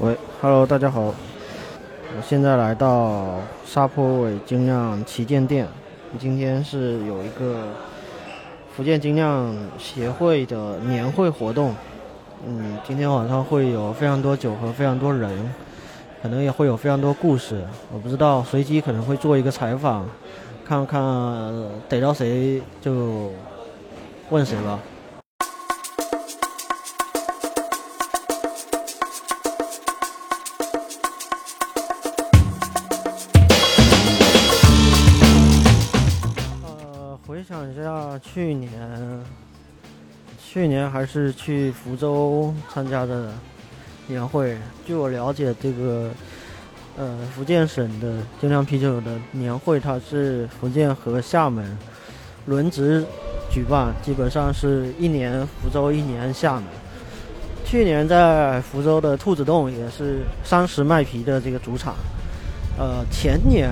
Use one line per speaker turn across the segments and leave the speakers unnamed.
喂，Hello，大家好，我现在来到沙坡尾精酿旗舰店，今天是有一个福建精酿协会的年会活动，嗯，今天晚上会有非常多酒和非常多人，可能也会有非常多故事，我不知道，随机可能会做一个采访，看看呃逮到谁就问谁吧。呃，回想一下去年，去年还是去福州参加的年会。据我了解，这个呃福建省的精酿啤酒的年会，它是福建和厦门轮值举办，基本上是一年福州，一年厦门。去年在福州的兔子洞也是三十麦皮的这个主场，呃，前年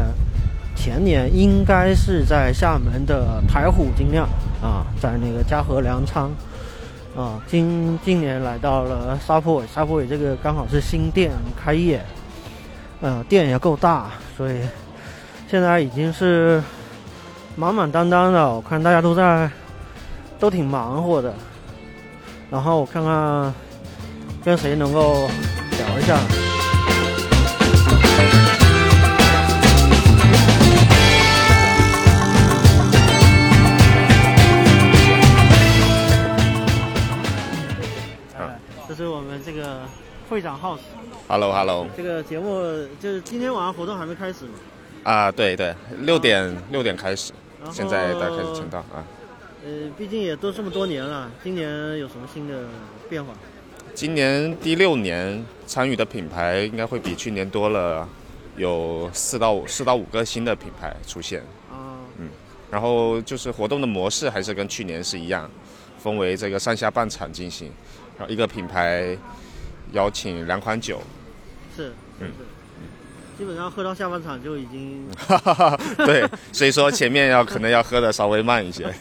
前年应该是在厦门的台虎精酿啊，在那个嘉禾粮仓啊，今今年来到了沙坡尾，沙坡尾这个刚好是新店开业，呃，店也够大，所以现在已经是满满当当的，我看大家都在都挺忙活的，然后我看看跟谁能够聊一下。这是我们这个会长 house
h e l l o h e l l o
这个节目，就是今天晚上活动还没开始嘛，
啊，对对，六点六点开始，
然后
现在大家开始签到啊。
呃，毕竟也都这么多年了，今年有什么新的变化？
今年第六年参与的品牌应该会比去年多了，有四到五四到五个新的品牌出现。嗯
啊、
然后就是活动的模式还是跟去年是一样，分为这个上下半场进行，然后一个品牌邀请两款酒，
是，
嗯
是，基本上喝到下半场就已经，
哈哈哈， 对，所以说前面要可能要喝的稍微慢 一些。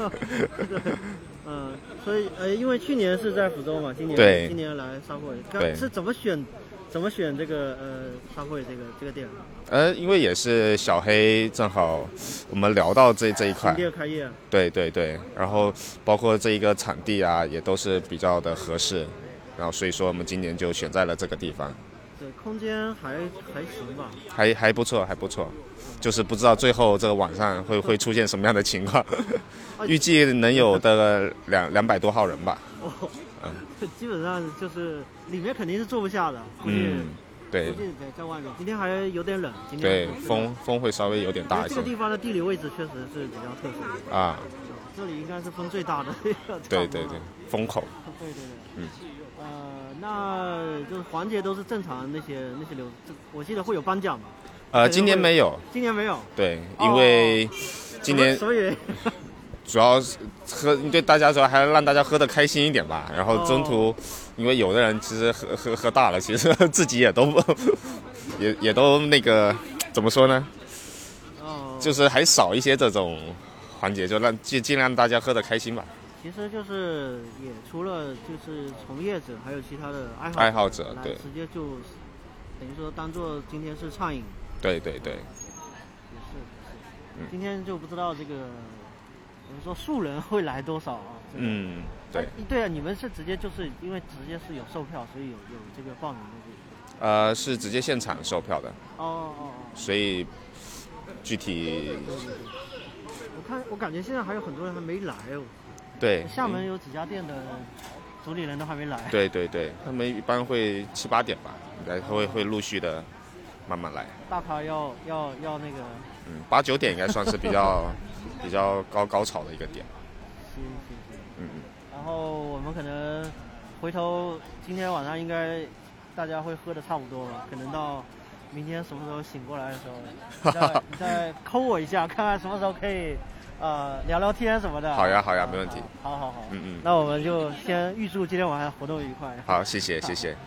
嗯、所以呃，因为去年是在福州嘛，今年
对
今年来沙坡尾，刚
对
是怎么选，怎么选这个呃沙坡尾这个这个店？
呃，因为也是小黑正好我们聊到这这一块
新，店开业，啊
对对对，然后包括这一个场地啊，也都是比较的合适，然后所以说我们今年就选在了这个地方，
对，空间还还行吧，
还还不错，还不错，就是不知道最后这个晚上会 会出现什么样的情况，预计能有的两两百多号人吧，嗯
哦， 基本上就是里面肯定是坐不下的，估计、
嗯，对
估计得在外面。今天还有点冷，今
对
天，
风风会稍微有点大
这
一些
个地方的地理位置确实是比较特殊的，
啊，
这里应该是风最大的一个地方
对对对，风口，
对对对，
嗯，
呃，那就是环节都是正常那些那些流，这我记得会有颁奖吧？
呃，今年没有，
今年没有，哦
对，因为今年
所以
主要是喝，对大家主要还是让大家喝得开心一点吧。然
哦
后中途，因为有的人其实喝喝喝大了，其实 自己也都 也也都那个怎么说呢，
哦，
就是还少一些这种环节，就让尽尽量大家喝得开心吧。
其实就是也除了就是从业者，还有其他的爱好
爱好者
来
对
直接就等于说当做今天是畅饮，也
对对对，
是也
嗯
是。今天就不知道这个我们说素人会来多少啊？这个，
嗯，对，
哎对啊，你们是直接就是因为直接是有售票，所以有有这个报名的这个。
呃，是直接现场售票的，
哦哦哦。
所以具体
对对对，我看我感觉现在还有很多人还没来哦，
对
厦门
嗯
有几家店的主理人都还没来。
对对对，他们一般会七八点吧，应该会会陆续的慢慢来。
大咖要要要那个
嗯，八九点应该算是比 较比较高高潮的一个点。
行行行，
嗯，
然后我们可能回头今天晚上应该大家会喝的差不多吧，可能到明天什么时候醒过来的时 候，你再你再抠我一下，看看什么时候可以呃聊聊天什么的。
好呀好呀
啊
没问题。
好好好，
嗯嗯
那我们就先预祝今天晚上活动愉快。
好，谢谢谢谢。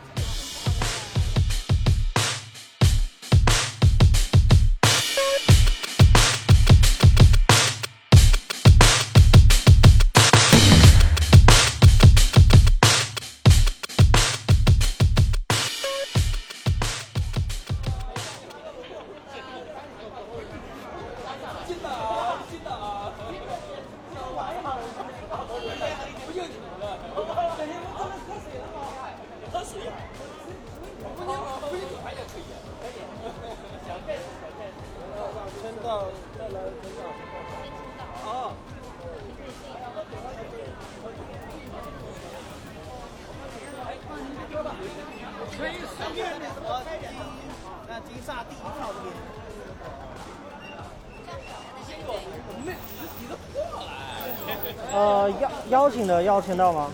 呃，邀邀请的邀请到吗？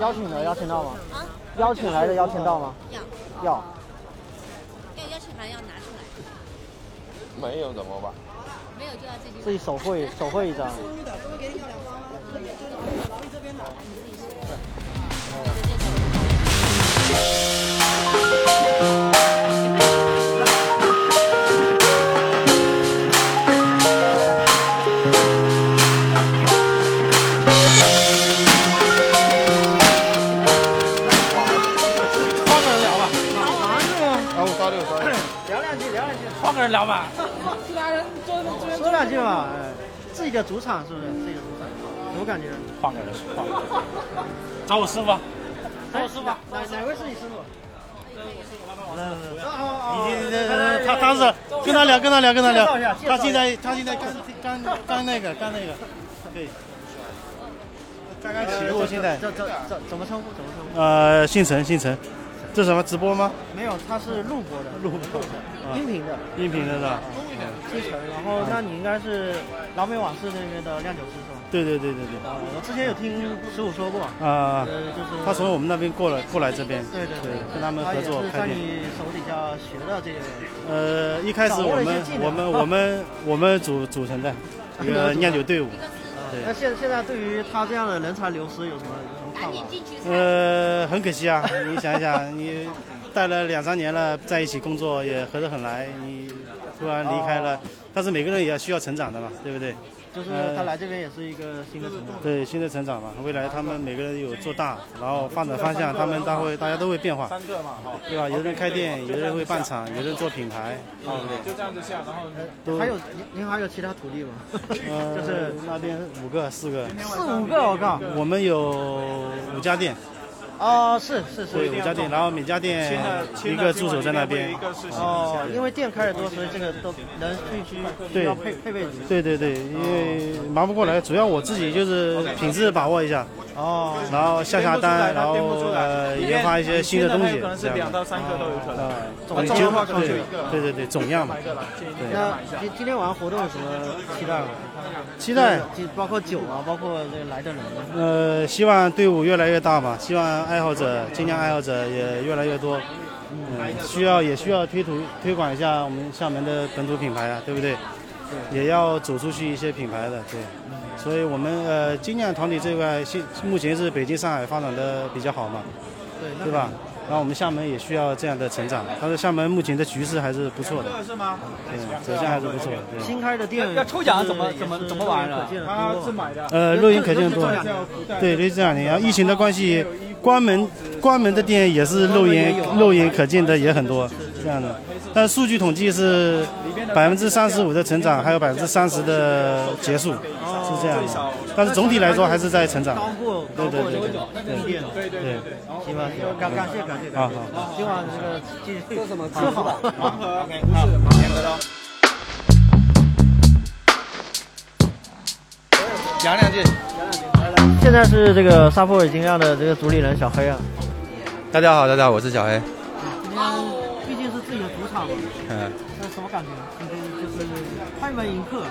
邀请的邀请到吗？
啊，
邀请来的邀请到吗？
要
要。
要邀请函要拿出来，
没有怎么办？
没有就要自己
自己手绘手绘一张。
换个人聊吧，嗯
哦，高六高六，
聊两句，聊两句，
换个人聊吧。
说两句嘛。哎自己的主场是不是？自己的主场，我感觉。啊
换个人，换个人。找我师傅，找我师傅。
哪哪位是你师傅？嗯
你那那他他是跟他聊，跟他聊，跟他聊
介绍一下介绍一。下
他现在他现在干干干那个干那个，对，刚刚起步现在。
怎怎怎怎么称呼？怎么称呼？
呃，姓陈姓陈，这什么直播吗？
没有，他是录播的，
录播啊
音频的。
音频的是吧？
继承，然后那你应该是老美网市那边的酿酒师是吧？
对对对对对。
啊，我之前有听师傅说过，
啊，
呃，就是
他从我们那边过来过来这边，
对对对，
跟他们
他
合
也是
作开
在
店。
你手底下学的这个，
呃，一开始
掌握
我
了一
们
些技能
我们我们我们组组成的一个酿酒队伍。对
那现现在对于他这样的人才流失有什么有什么看法？
呃，很可惜啊，你想一想，你带了两三年了，在一起工作也合得很来，你突然离开
哦
了，但是每个人也要需要成长的嘛，对不对？
就是他来这边也是一个新的成长，
对，新的成长嘛，未来他们每个人有做大，然后发展方向，他们大会大家都会变化，对吧？有的人开店，有的人会办厂，有的人做品牌，啊对不
还
对？
有您您还有其他徒弟吗？
呃
就是
那边五个四个，
四五个，哦我靠！
我们有五家店，
哦，是是
对
是，
五家店，然后每家店一个助手在那边。
哦，因为店开的多，所以这个都人必须需要配配备足。
对对对，因为忙不过来，主要我自己就是品质把握一下，
哦，
然后下下单，然后呃研发一些新的东西，
可能是
这
两
样。
到三个都有可能。
啊，
总
你
量
就
的话可能
对
就一
对对对，总量嘛，
那今今天晚上活动有什么期待吗？
期待
就包括酒啊，包括这个来的人啊。
呃，希望队伍越来越大嘛，希望爱好者、精酿爱好者也越来越多。嗯，需要也需要推图推广一下我们厦门的本土品牌啊，对不对？也要走出去一些品牌的，对。所以我们呃精酿团体这块现目前是北京、上海发展的比较好嘛，
对，那
对吧？然后我们厦门也需要这样的成长，但是厦门目前的局势还是不错的，
是吗？
对，走向还是不错的。对
新开的店
要抽奖怎么怎么怎么玩啊
啊，
自买的。
呃，肉眼可见多。对，类似这两年，然后疫情的关系，关门关门的店也是肉眼肉眼可见的也很多，这样的。但数据统计是百分之三十五的成长，还有百分之三十的结束，是这样的。但是总体来说还是在成长。
高过高过这个闭店，
对对
对，
行吧？行吧感感谢感谢
啊
感谢，
好，
今晚这个继续做什么？吃好。
，OK，不是严格的。讲两句。
现在是这个沙坡尾精酿的这个主理人小黑啊，
大家好，大家好，我是小黑。
今天毕竟是自己的主场嘛，
嗯，
那什么感觉？今天就是开门迎客，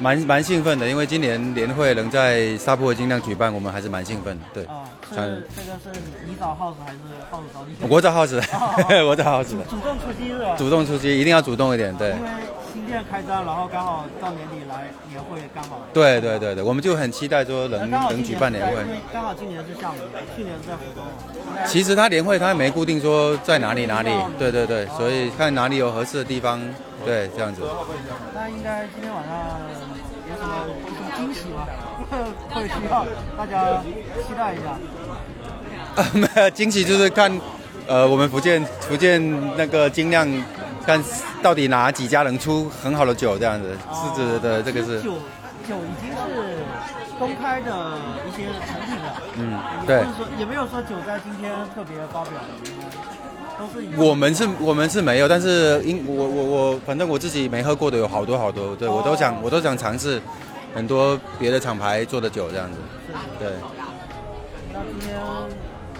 蛮蛮兴奋的，因为今年年会能在沙坡尽量举办，我们还是蛮兴奋的。对，
啊，是
嗯
这个是你找耗子还是耗子找你？
我找耗子的
哦哦，
我找耗子的，
主动出击是吧？
主动出击，一定要主动一点。对
因，为新店开张，然后刚好到年底来年会，刚好。
对对对对，我们就很期待说
呃
能
刚好
能
今
举办年
是在因为
会。
刚好今年是厦门，去年是在浦东嘛。
其实他年会他没固定说在哪里哪里，
哦
对对对，所以看哪里有合适的地方，对，这样子。
那应该今天晚上有什么有什么惊喜 吗？会需要大家期待一下。
没有 惊喜就是看，呃，我们福建福建那个精酿，看到底哪
啊
哦
几家能出很好的酒这样子，是指的这个是。
酒酒已经是
公开的一些产品的，
嗯
也，
对
不是，说也没有说酒该今天特别发表的，应该都是一
我们是我们是没有，但是因我我我反正我自己没喝过的有好多好多，对我都想我都想尝试很多别的厂牌做的酒这样子，对，
那今天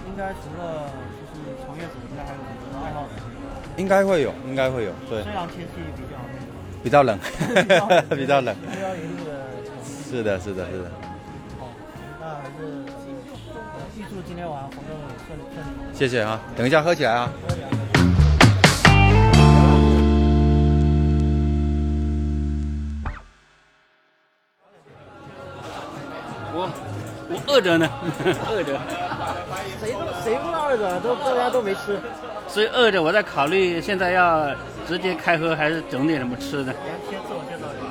应该除了就是从业者，应该还有很多爱好者，
应该会有，应该会有，对，
虽然天气比较那个
比较 冷， 比较冷，
比较炎热的天气，
是的，是的，是的，
那还是呃预祝今天晚上活动顺顺利。
谢谢啊，等一下喝起来啊。
我我饿着呢，饿着，
谁都谁不二的，都大家都没吃，
所以饿着我在考虑现在要直接开喝还是整点什么吃的
你先自我介绍一下。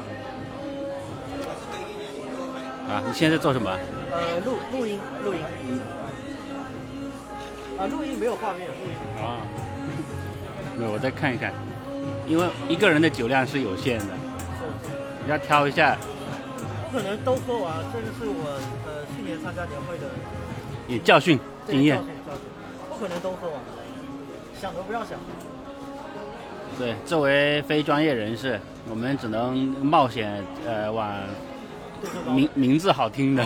啊？你现在做什么？
呃，录录音，录音。啊，录音没有画面，录音。
啊，没有，我再看一看，因为一个人的酒量是有限的，要挑一下，
不呃可能都喝完，这就是我呃去年参加年会的呃
有教训
这
经
个
验
教。训教训，不可能都喝完，想都不要想。
对，作为非专业人士，我们只能冒险，呃，往
就是把我
名名字好听的，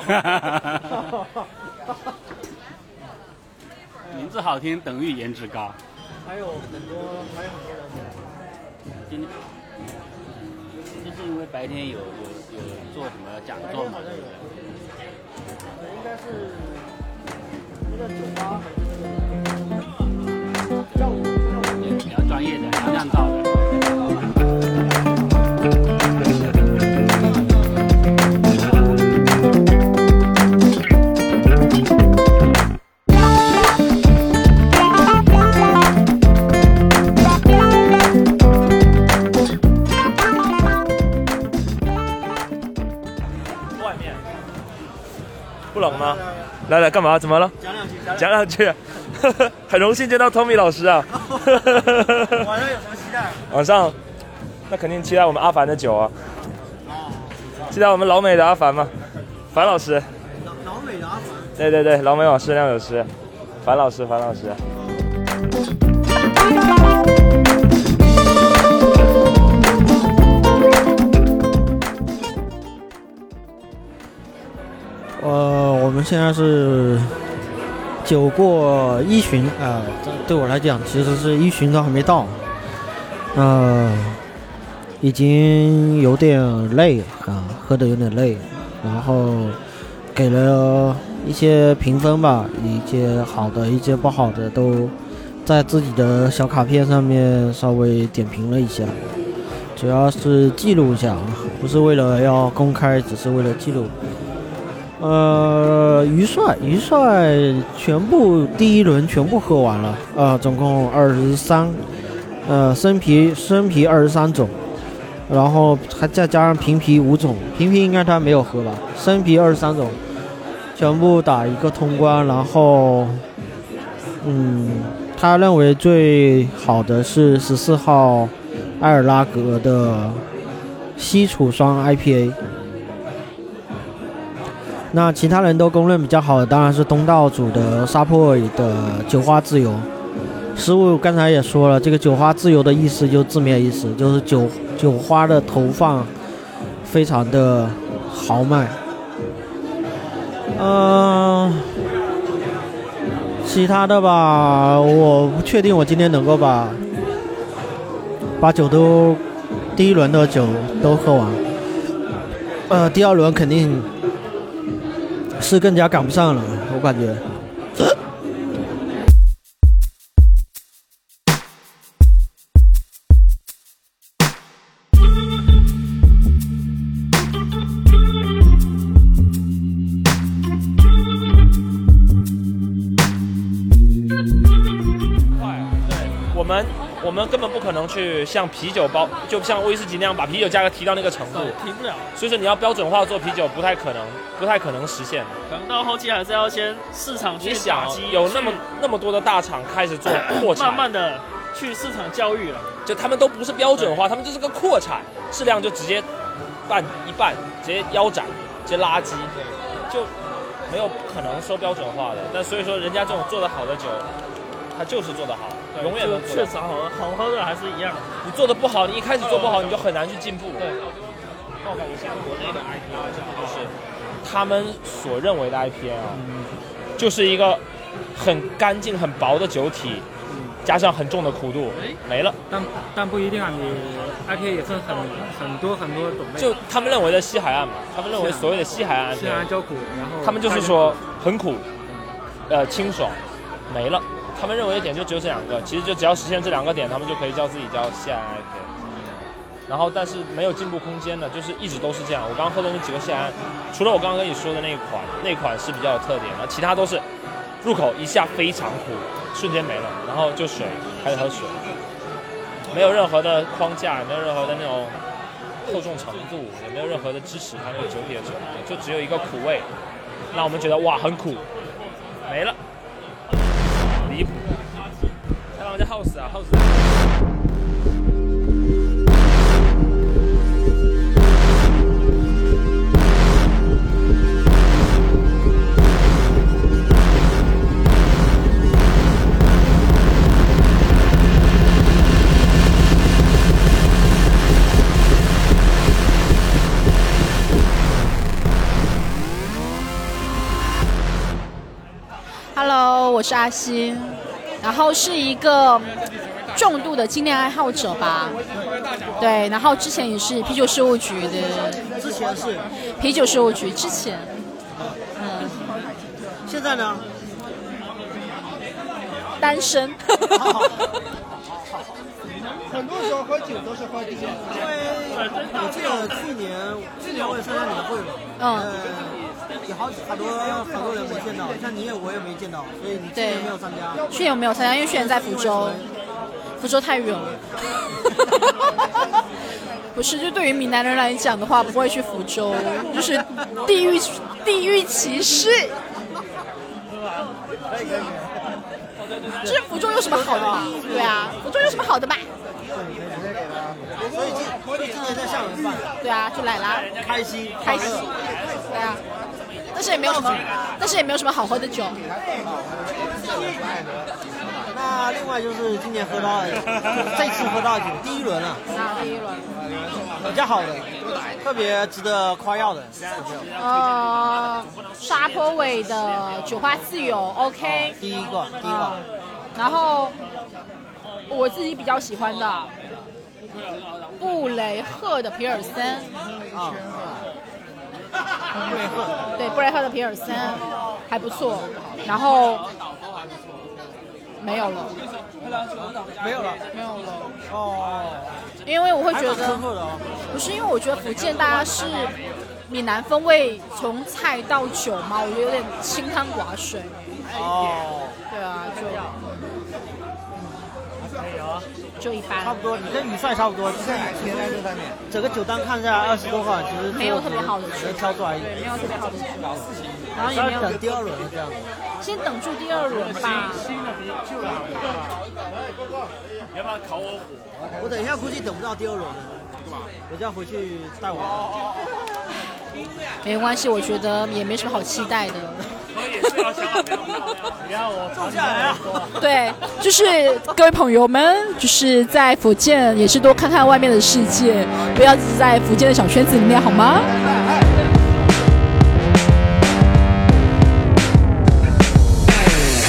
名字好听等于颜值高。
还有很多，还有很多人
今天就是因为白天有有有做什么讲
白
座
天
嘛
好，像
对
有
不对
人，呃应该是那个酒吧还是那个跳舞跳舞。
比较专业的，能酿造的。
外面不冷吗？来来，干嘛？怎么了？
讲两句，讲
讲两句。 很荣幸见到 Tommy 老师啊！
晚上有什么期待？
晚上，那肯定期待我们阿凡的酒啊，期待我们老美的阿凡嘛，樊老师，
老老美的阿凡。
对对对，老美老师、亮老师，樊老师，樊老师。
呃，我们现在是酒过一巡啊、这对我来讲其实是一巡都还没到，呃，已经有点累了啊，喝的有点累，然后给了一些评分吧，一些好的，一些不好的都在自己的小卡片上面稍微点评了一下，主要是记录一下，啊不是为了要公开，只是为了记录。呃，余帅，余帅全部第一轮全部喝完了，呃，总共二十三，呃，生啤生啤二十三种，然后还再加上平啤五种，平啤应该他没有喝吧，生啤二十三种，全部打一个通关，然后，嗯，他认为最好的是十四号埃尔拉格的西楚双 IPA。那其他人都公认比较好的当然是东道主的沙坡里的酒花自由。师傅刚才也说了，这个酒花自由的意思就是字面意思，就是酒酒花的投放非常的豪迈。嗯、其他的吧，我不确定我今天能够把把酒都第一轮的酒都喝完。呃，第二轮肯定是更加赶不上了，我感觉。
啊我们我们根本不可能去像啤酒包，就像威士忌那样把啤酒价格提到那个程度，
停不了，
所以说你要标准化做啤酒不太可能，不太可能实现。
可能到后期还是要先市场去
你想
打击，
有那么那么多的大厂开 始做扩产，
慢慢的去市场教育了。
就他们都不是标准化，他们就是个扩产，质量就直接半一半，直接腰斩，直接垃圾。就没有可能说标准化的。但所以说，人家这种做的好的酒，它就是做的好，永远
就
能做
确
得
实好
好。
喝，好喝的还是一样。
你做的不好，你一开始做不好，你就很难去进步。
对，那我感觉现在国内的 IPA 这样好
就是他们所认为的 IPA 啊，
嗯
就是一个很干净、很薄的酒体，
嗯
加上很重的苦度，没了。
但但不一定啊，你 IPA 也分很很多很多种类，
就他们认为的西海岸嘛，他们认为
是啊
所谓的西海岸
西安
IPA，
焦苦，然后
他们就是
大家
说很苦，呃，清爽，没了。他们认为的点就只有这两个，其实就只要实现这两个点，他们就可以叫自己叫西海岸 IPA。然后，但是没有进步空间的，就是一直都是这样。我刚刚喝的那几个西海岸，除了我刚刚跟你说的那一款，那款是比较有特点的，其他都是入口一下非常苦，瞬间没了，然后就水，开始喝水，没有任何的框架，也没有任何的那种厚重程度，也没有任何的支持它那个酒体的酒，就只有一个苦味，让我们觉得哇很苦，没了，离谱。再让我们家 house 啊 house 啊。
Hello，我是阿星，然后是一个重度的精酿爱好者吧。对，然后之前也是啤酒事务局的，
之前是，
啤酒事务局之前，嗯，
现在呢？
单身。
很多时候喝酒都是喝啤酒，因为我记得去年，去年我也参加你的会嘛，
嗯
呃，有好几好多好多人没见到，像你也我也没见到，所以你去
对
年没有参加。
去年我没有参加，因为去年在福州，福州太远了。 不是，就对于闽南人来讲的话，不会去福州，就是地域地域歧视。就是福州有什么好的吧？对啊，福州有什么好的吧？
啊所以今所以今年在厦门办的，
对啊，就来啦，
开心
开心。对啊，但是也没有什么，但是也没有什么好喝的酒。
那另外就是今年喝到了， 这次喝到酒第一轮了，
啊，第一轮。
比较好的，特别值得夸耀的，有没有？
呃，沙坡尾的酒花自由，OK。
哦第一个，第一个
啊，然后我自己比较喜欢的布雷赫的皮尔森，
啊，布雷赫，
对，布雷赫的皮尔森还不错。然后没有了，
没有了，
没有了。
哦，
因为我会觉
还蛮
得
深刻的哦。
不是因为我觉得福建大家是闽南风味从菜到酒嘛，我觉得有点清汤寡水。
哦，
对啊，就就一般，
差不多，你跟羽帅差不多，就是其实整个酒单看下来二十多款，其实
没有特别好的
只能挑出来一
对，
个
没，有特别好的酒，然后也
要
没有
等第二轮了这样。
先等住第二轮吧。
要不要考我？
我等一下估计等不到第二轮了，我就要回去带我
没关系，我觉得也没什么好期待的。
你看我
坐下来啊！
对，就是各位朋友们，就是在福建也是多看看外面的世界，不要只是在福建的小圈子里面，好吗？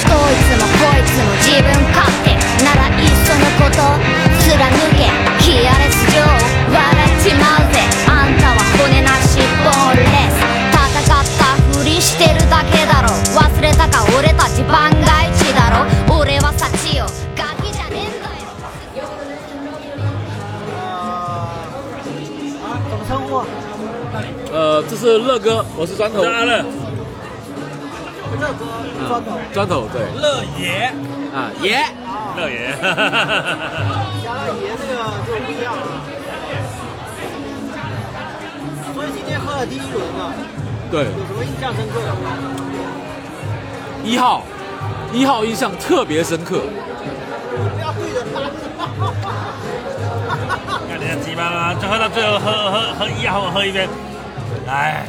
どいつもこいつも自分勝手ならいっそのこと貫けヒアレス上笑っちまうぜあんたは骨なしボンレス戦ったふりしてるだけだろ忘れたか俺たち番外地だろ俺は幸よガキじゃねえんだよ
怎么称呼啊？
呃，这是乐哥，我是砖头。阿乐，
乐哥，砖头，
砖头对。
乐爷，
啊爷，乐爷。
加了爷这个就不一样了。所以今天喝了第一轮啊，
对，
有什么印象深刻的？
一号，一号印象特别深刻。
不要对着他。
看你的鸡巴啦，就喝到最后喝喝喝一号喝一边，哎，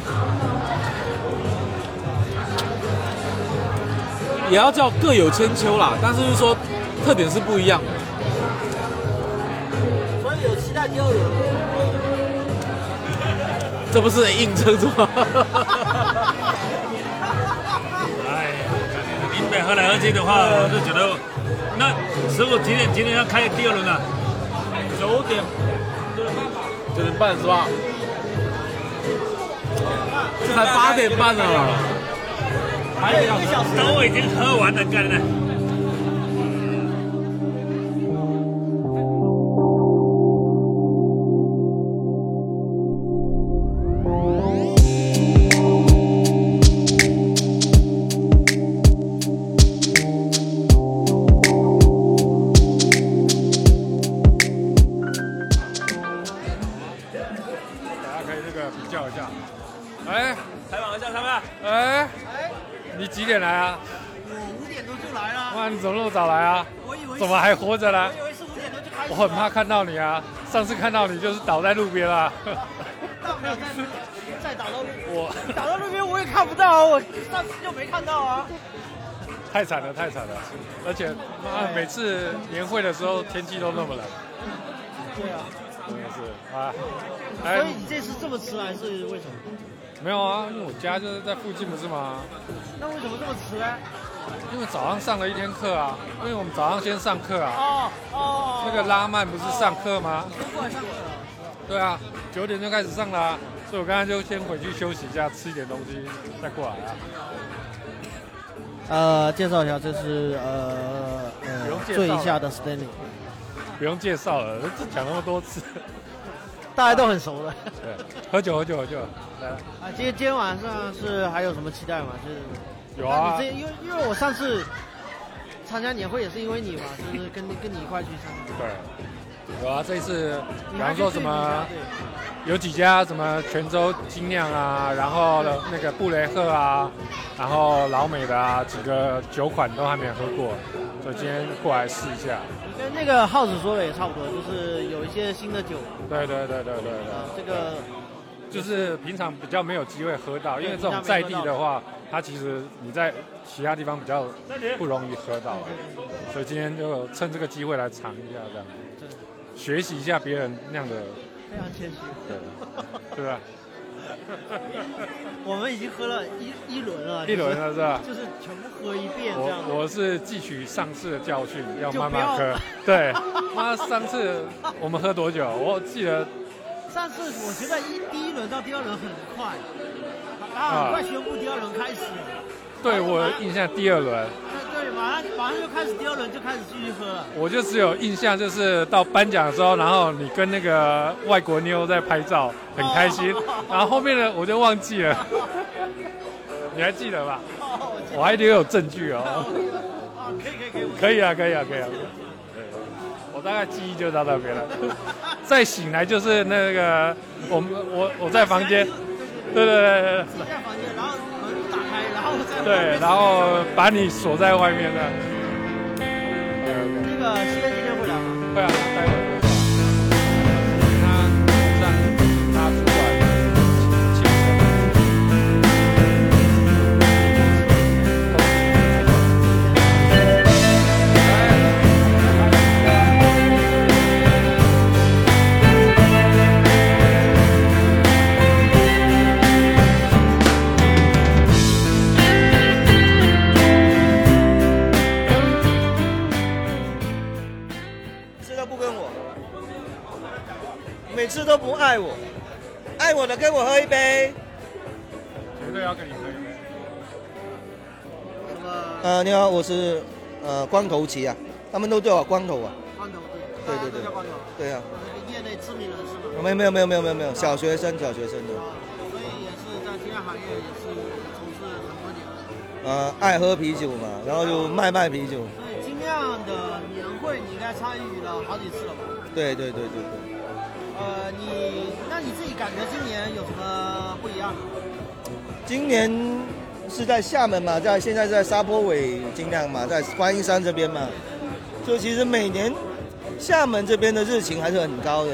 也要叫各有千秋啦，但是就是说特点是不一样的。
所以有期待第二 轮
这不是硬撑住吗？
林北和来和去的话，我就觉得，那十五几点？几点要开第二轮呢？九点，
九点半是吧？这才八点半呢，
还有一个小时。等我已经喝完了，干了。
大家可以这个比较一下。哎，
采访一下他们。
哎，你几点来啊？
我五点钟就来了，
哇，你怎么那么早来啊？怎么还活着呢？我很怕看到你啊！上次看到你就是倒在路边啊了。
大不了再再打到
我
打到那边我也看不到，啊我上次就没看到啊。
太惨了，太惨了！而且妈，每次年会的时候天气都那么冷，
对啊，
真的是啊。哎
所以，你这次这么迟来是为什么？
没有啊，因为我家就是在附近，不是吗？
那为什么这么迟呢？
因为早上上了一天课啊，因为我们早上先上课啊。
哦哦，
那个拉曼不是上课吗？
过来上课了。
对啊，九点就开始上啦、所以我刚刚就先回去休息一下，吃一点东西再过来啊。
呃，介绍一下，这是呃
不用
呃
介绍
最
了
一下的 Stanley，
不用介绍了，这讲那么多次。
大家都很熟的。
对，喝酒喝酒喝酒，来了。
啊，今天今天晚上是还有什么期待吗？是
有啊
那你这因为因为我上次参加年会也是因为你嘛，就是跟跟你一块去参加。
对，有啊，这一次比
你还
方
去
说什么，有几家什么泉州精酿啊，然后那个布雷赫啊，然后老美的啊，几个酒款都还没有喝过，所以今天过来试一下。
跟那个耗子说的也差不多，就是有一些新的酒，
对对对对对
呃
对，
这个
就是平常比较没有机会喝到，
对
因为这种在地的话，它其实你在其他地方比较不容易喝到，所以今天就趁这个机会来尝一下这样，学习一下别人那样的，
非常谦虚。
对，对啊吧？
我们已经喝了一一轮了，
一轮了是吧
就是全部喝一遍这样。
我我是汲取上次的教训，要
就
慢
不
慢
要
喝。 对，妈，上次我们喝多久？我记得
上次我觉得一第一轮到第二轮很快，啊，
啊
很快宣布第二轮开始了，
对我印象第二轮，
对，马上马上就开始第二轮就开始继续喝了。
我就只有印象就是到颁奖的时候，然后你跟那个外国妞在拍照，很开心。
哦
然后后面呢，我就忘记了，你还记得吧？我还留有证据哦。
啊，可以可以可以，
可以啊，可以啊，可以啊。对我大概记忆就到那边了。 再醒来就是那个，我们我我在房间，对对对对对。
在房间，然后门打开，然后再
对，然后把你锁在外面 的。
那个西恩今天会来吗？
会啊，待会儿会啊。他上他主管请
现在不跟我，每次都不爱我，爱我的跟我喝一杯。
绝对要跟你喝一杯。
呃，你好，我是呃光头旗啊，他们都叫我光头啊。
光头
对对对，对啊，
业内知名人士嘛，
没有没有没有没有没有没有，小学生小学生的。
所以也是在金融行业也是从事很多年了。
呃，爱喝啤酒嘛，然后就卖卖啤酒。
所以精酿的年会你应该参与了好几次了吧？
对对对对对，
呃，你那你自己感觉今年有什么不一样的？
今年是在厦门嘛，在现在在沙坡尾尽量嘛，在观音山这边嘛，就其实每年厦门这边的热情还是很高的。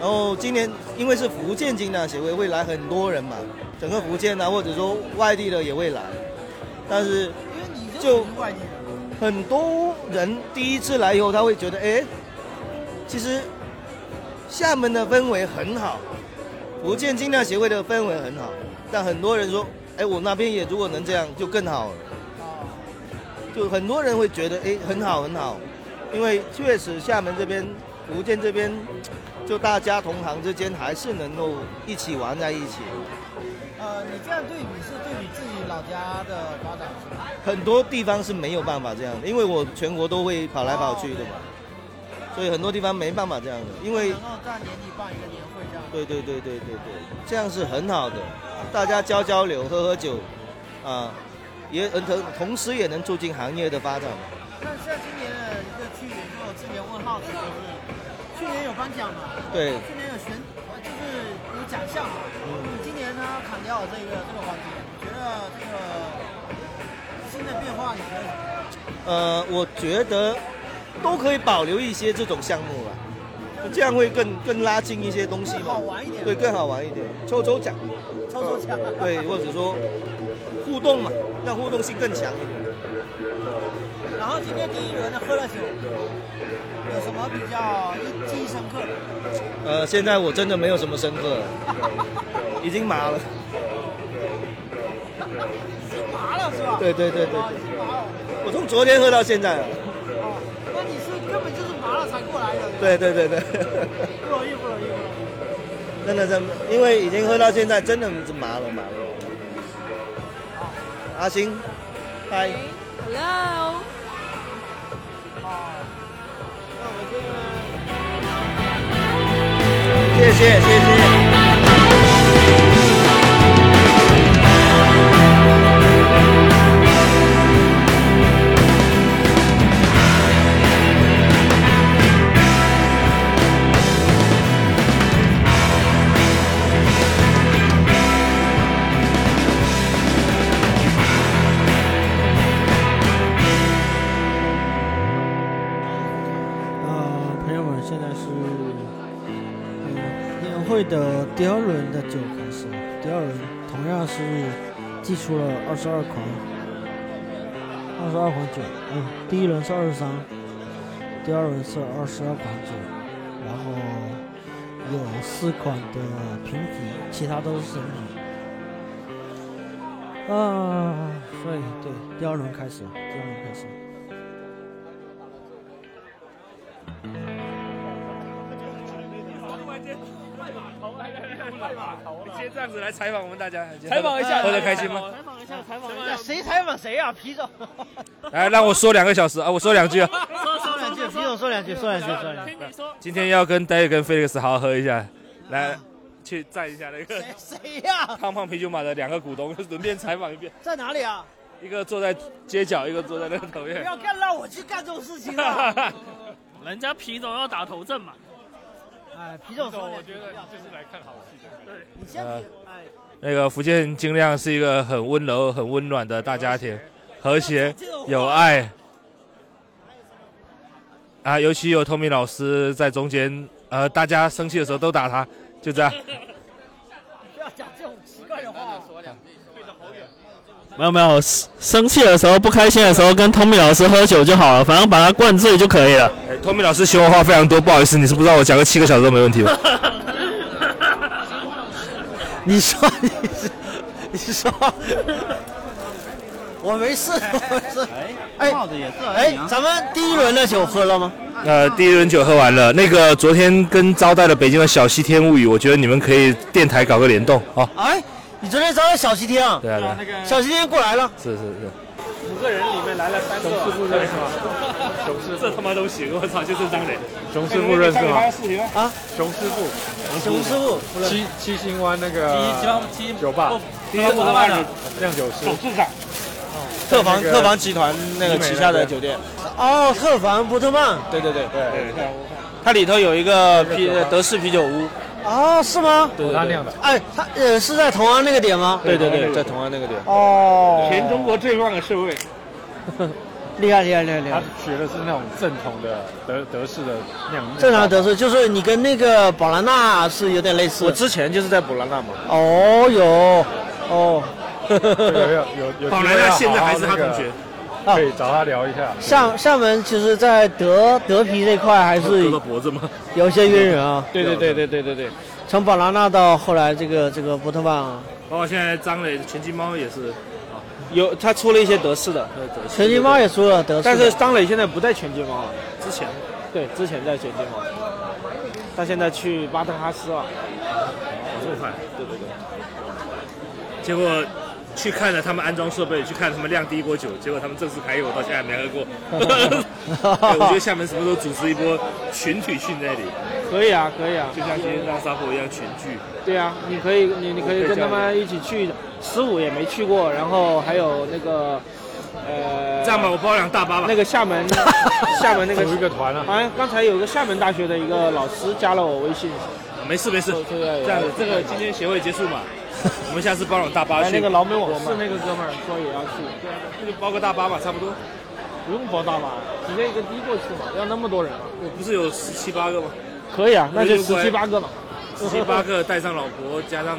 然后今年因为是福建精酿协会，会来啊很多人嘛，整个福建啊，或者说外地的也会来，但是
因为你就
就
啊
很多人第一次来以后，他会觉得，哎，其实厦门的氛围很好，福建精酿协会的氛围很好，但很多人说，哎，我那边也如果能这样就更好了。就很多人会觉得，哎，很好很好，因为确实厦门这边、福建这边，就大家同行之间还是能够一起玩在一起。
呃，你这样对比是对比自己老家的发展是吗？
很多地方是没有办法这样的，因为我全国都会跑来跑去的嘛，所以很多地方没办法这样的，因为
然后在年底办一个年会这样。
对对对对对对，这样是很好的，大家交交流、喝喝酒，啊，也呃同同时也能促进行业的发展。
那像今年的一个去年，就我之前问浩子，就是去年有颁奖嘛？
对
去年有选，呃就是有奖项嘛。你今年呢砍掉这个这个环节，你觉得这个新的变化你觉得什么？
呃，我觉得都可以保留一些这种项目吧，就这样会更更拉近一些东西嘛，对，更好玩一点，抽抽奖，
抽抽奖。
对，或者说互动嘛，让互动性更强一点。
然后今天第一轮呢喝了酒，有什么比较印记忆深刻 的？
呃，现在我真的没有什么深刻了，已经麻了。
麻了是吧？
对对对对
哦已经麻了。
我从昨天喝到现在了。
那你是根本就是麻了才过来的，
对对对对，
不容易不容易。
真的真的，因为已经喝到现在，真的是麻了麻了。阿星，嗨，
Hello，
谢谢谢谢。
呃，朋友们，现在是呃年会的第二轮的酒开始，第二轮同样是寄出了二十二款，二十二款酒，嗯，第一轮是二十三，第二轮是二十二款酒，然后有四款的平底，其他都是生啤。啊，所以对，第二轮开始，第二轮开始。
今天这样子来采访我们大家，
采访一下
喝得开心吗？
采访一下，采访一下，谁采访谁啊？啤酒。
来，让我说两个小时啊，我说两 句啊。
说说两句，啤酒说两句，说两句，说两句。
今天要跟戴月跟菲利克斯好好喝一下，来去赞一下那个
谁呀？
胖胖啤酒马的两个股东，轮遍采访一遍。
在哪里啊？
一个坐在街角，一个坐在那个头
不
面。
要干让我去干这种事情啊 了。
人家皮总要打头阵嘛。
哎，啤酒说两句。
我觉得就是来看好戏的。对，
你先
呃
啤，哎，
那个福建精酿是一个很温柔、很温暖的大家庭，和谐有爱。啊，尤其有 Tommy 老师在中间，呃，大家生气的时候都打他，就这样。
不要讲这种奇怪的话。说两句。
没有没有，生生气的时候、不开心的时候，跟 Tommy 老师喝酒就好了，反正把他灌醉就可以了。
哎 Tommy 老师学我话非常多，不好意思，你是不知道我讲个七个小时都没 问题吧？
你说你是
你说，
我没事，我没事。
哎，
帽子也啊是。
哎，咱们第一轮的酒喝了吗？
呃，第一轮酒喝完了，那个昨天跟招待了北京的小西天物语，我觉得你们可以电台搞个联动啊。
哎，你昨天招待小西天啊？
对啊对啊那
小西天过来了。
是是是。
五个人里面来了三个，
熊
雄
市互认是吧？
雄师，这他妈都行，我操，就这张脸。
熊师傅认识吗？
啊，
熊师傅，
熊师傅，
七七星湾那个
七七方七
酒吧
不，七方八的
酿酒师，
董
事长，
特防特防集团那个旗下的酒店。哦，特防波特曼。对对对对对。
它里头有一个啤呃德式啤酒屋，
哦，是吗？
对对对酿的
哎，他呃是在同安那个点吗？
对对对，在同安那个点。
哦，
全中
国最棒的侍卫，
厉害厉害厉害厉
他学的是那种正统的德德式的酿酿
正常得瑟就是你跟那个宝兰纳是有点类似。
我之前就是在布兰纳嘛。
哦有哦，
有有有有机会要好好那个
啊
可以找他聊一下。
厦厦门其实，在德德皮这块还是
割了脖子吗？
有一些渊源啊。
对对对对对对对。
从宝拉纳到后来这个这个波特曼啊，
包括现在张磊拳击猫也是，
有他出了一些德式的，
拳击猫也输了德式的
但是张磊现在不在拳击猫了，之前对之前在拳击猫，他现在去巴特哈斯了，
啊这么快？
对对对，
结果去看了他们安装设备，去看他们酿第一波酒，结果他们正式开业，我到现在还没喝过。对我觉得厦门什么时候组织一波群体去那里？
可以啊可以啊，
就像今天让沙坡一样群聚。
对啊，你可以你你可以
我可以
跟
加入
他们一起去，十五也没去过，然后还有那个呃，
这样吧，我包两大巴吧。
那个 厦门，厦门那个
组一个团啊
好像刚才有个厦门大学的一个老师加了我微信，
啊没事没事，
对
这样子，这个今天协会结束 嘛，我们下次包两大巴
哎
去。
那个劳美网
是
是那个哥们儿说也要去，对啊
那就包个大巴吧，差不多。
不用包大巴，直接一个的过去嘛，要那么多人啊？
我不是有十七八个吗？
可以啊，那就
如果
十七八个嘛，
十七八个带上老婆，加上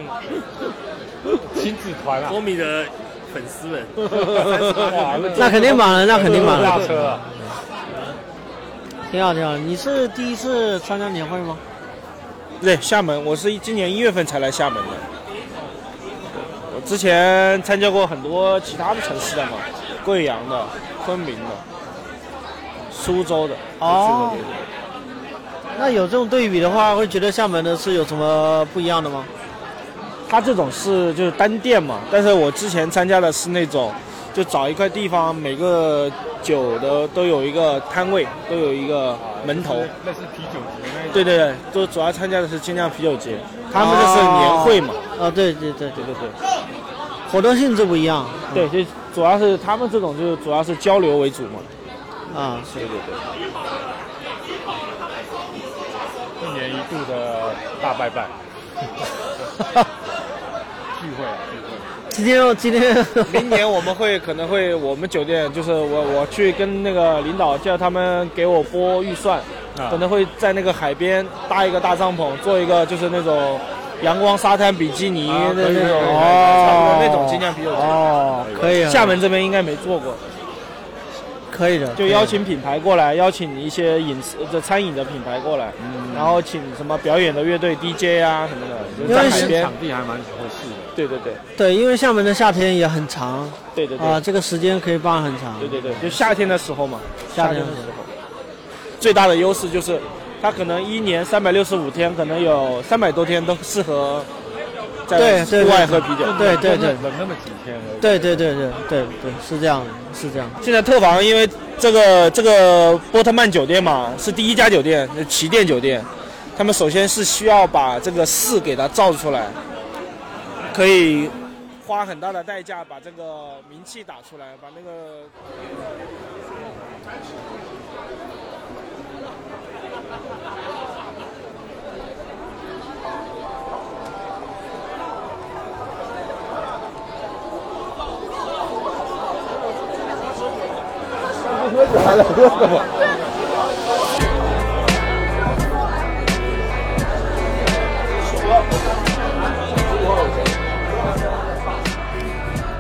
亲子团啊
波米的粉丝 们，
哇那肯定满了那肯定满了大车啊挺好挺好。你是第一次参加年会吗？
对，厦门，我是今年一月份才来厦门的。我之前参加过很多其他的城市的嘛，贵阳的、昆明的、苏州的。
哦，那有这种对比的话，会觉得厦门的是有什么不一样的吗？
它这种是就是单店嘛，但是我之前参加的是那种，就找一块地方，每个酒的都有一个摊位，都有一个门头。
那是啤酒节那一种
对对对，就主要参加的是精酿啤酒节，他们这是年会嘛。
啊，对对对
啊对对对。
活动性质不一样。
对，就主要是他们这种就是主要是交流为主嘛。
啊，
对对对。
一年一度的大拜拜，聚会啊聚会。
今天又今天，
明年我们会可能会我们酒店就是我我去跟那个领导叫他们给我拨预算，
啊
可能会在那个海边搭一个大帐篷，做一个就是那种阳光沙滩比基尼
啊
的
可以
那种
可以
差不多
可以
那种精酿啤酒节
哦可以啊
厦门这边应该没做过，
可以的，
就邀请品牌过来，邀请一些饮食这餐饮的品牌过来，
嗯
然后请什么表演的乐队 DJ 啊什么的，就是在海边。
地还蛮合适的。
对对对。
对，因为厦门的夏天也很长，
对对对
啊，这个时间可以办很长，
对对对，就夏天的时候嘛，
夏
天
天
的
的
时候，最大的优势就是，它可能一年三百六十五天，可能有三百多天都适合在
对对
户外喝啤酒。
对对对，
冷那么几天而
对对对对对对，是这样的，是这样的。
现在特房因为这个这个波特曼酒店嘛，是第一家酒店，是旗舰酒店，他们首先是需要把这个市给它造出来，可以花很大的代价把这个名气打出来，把那个。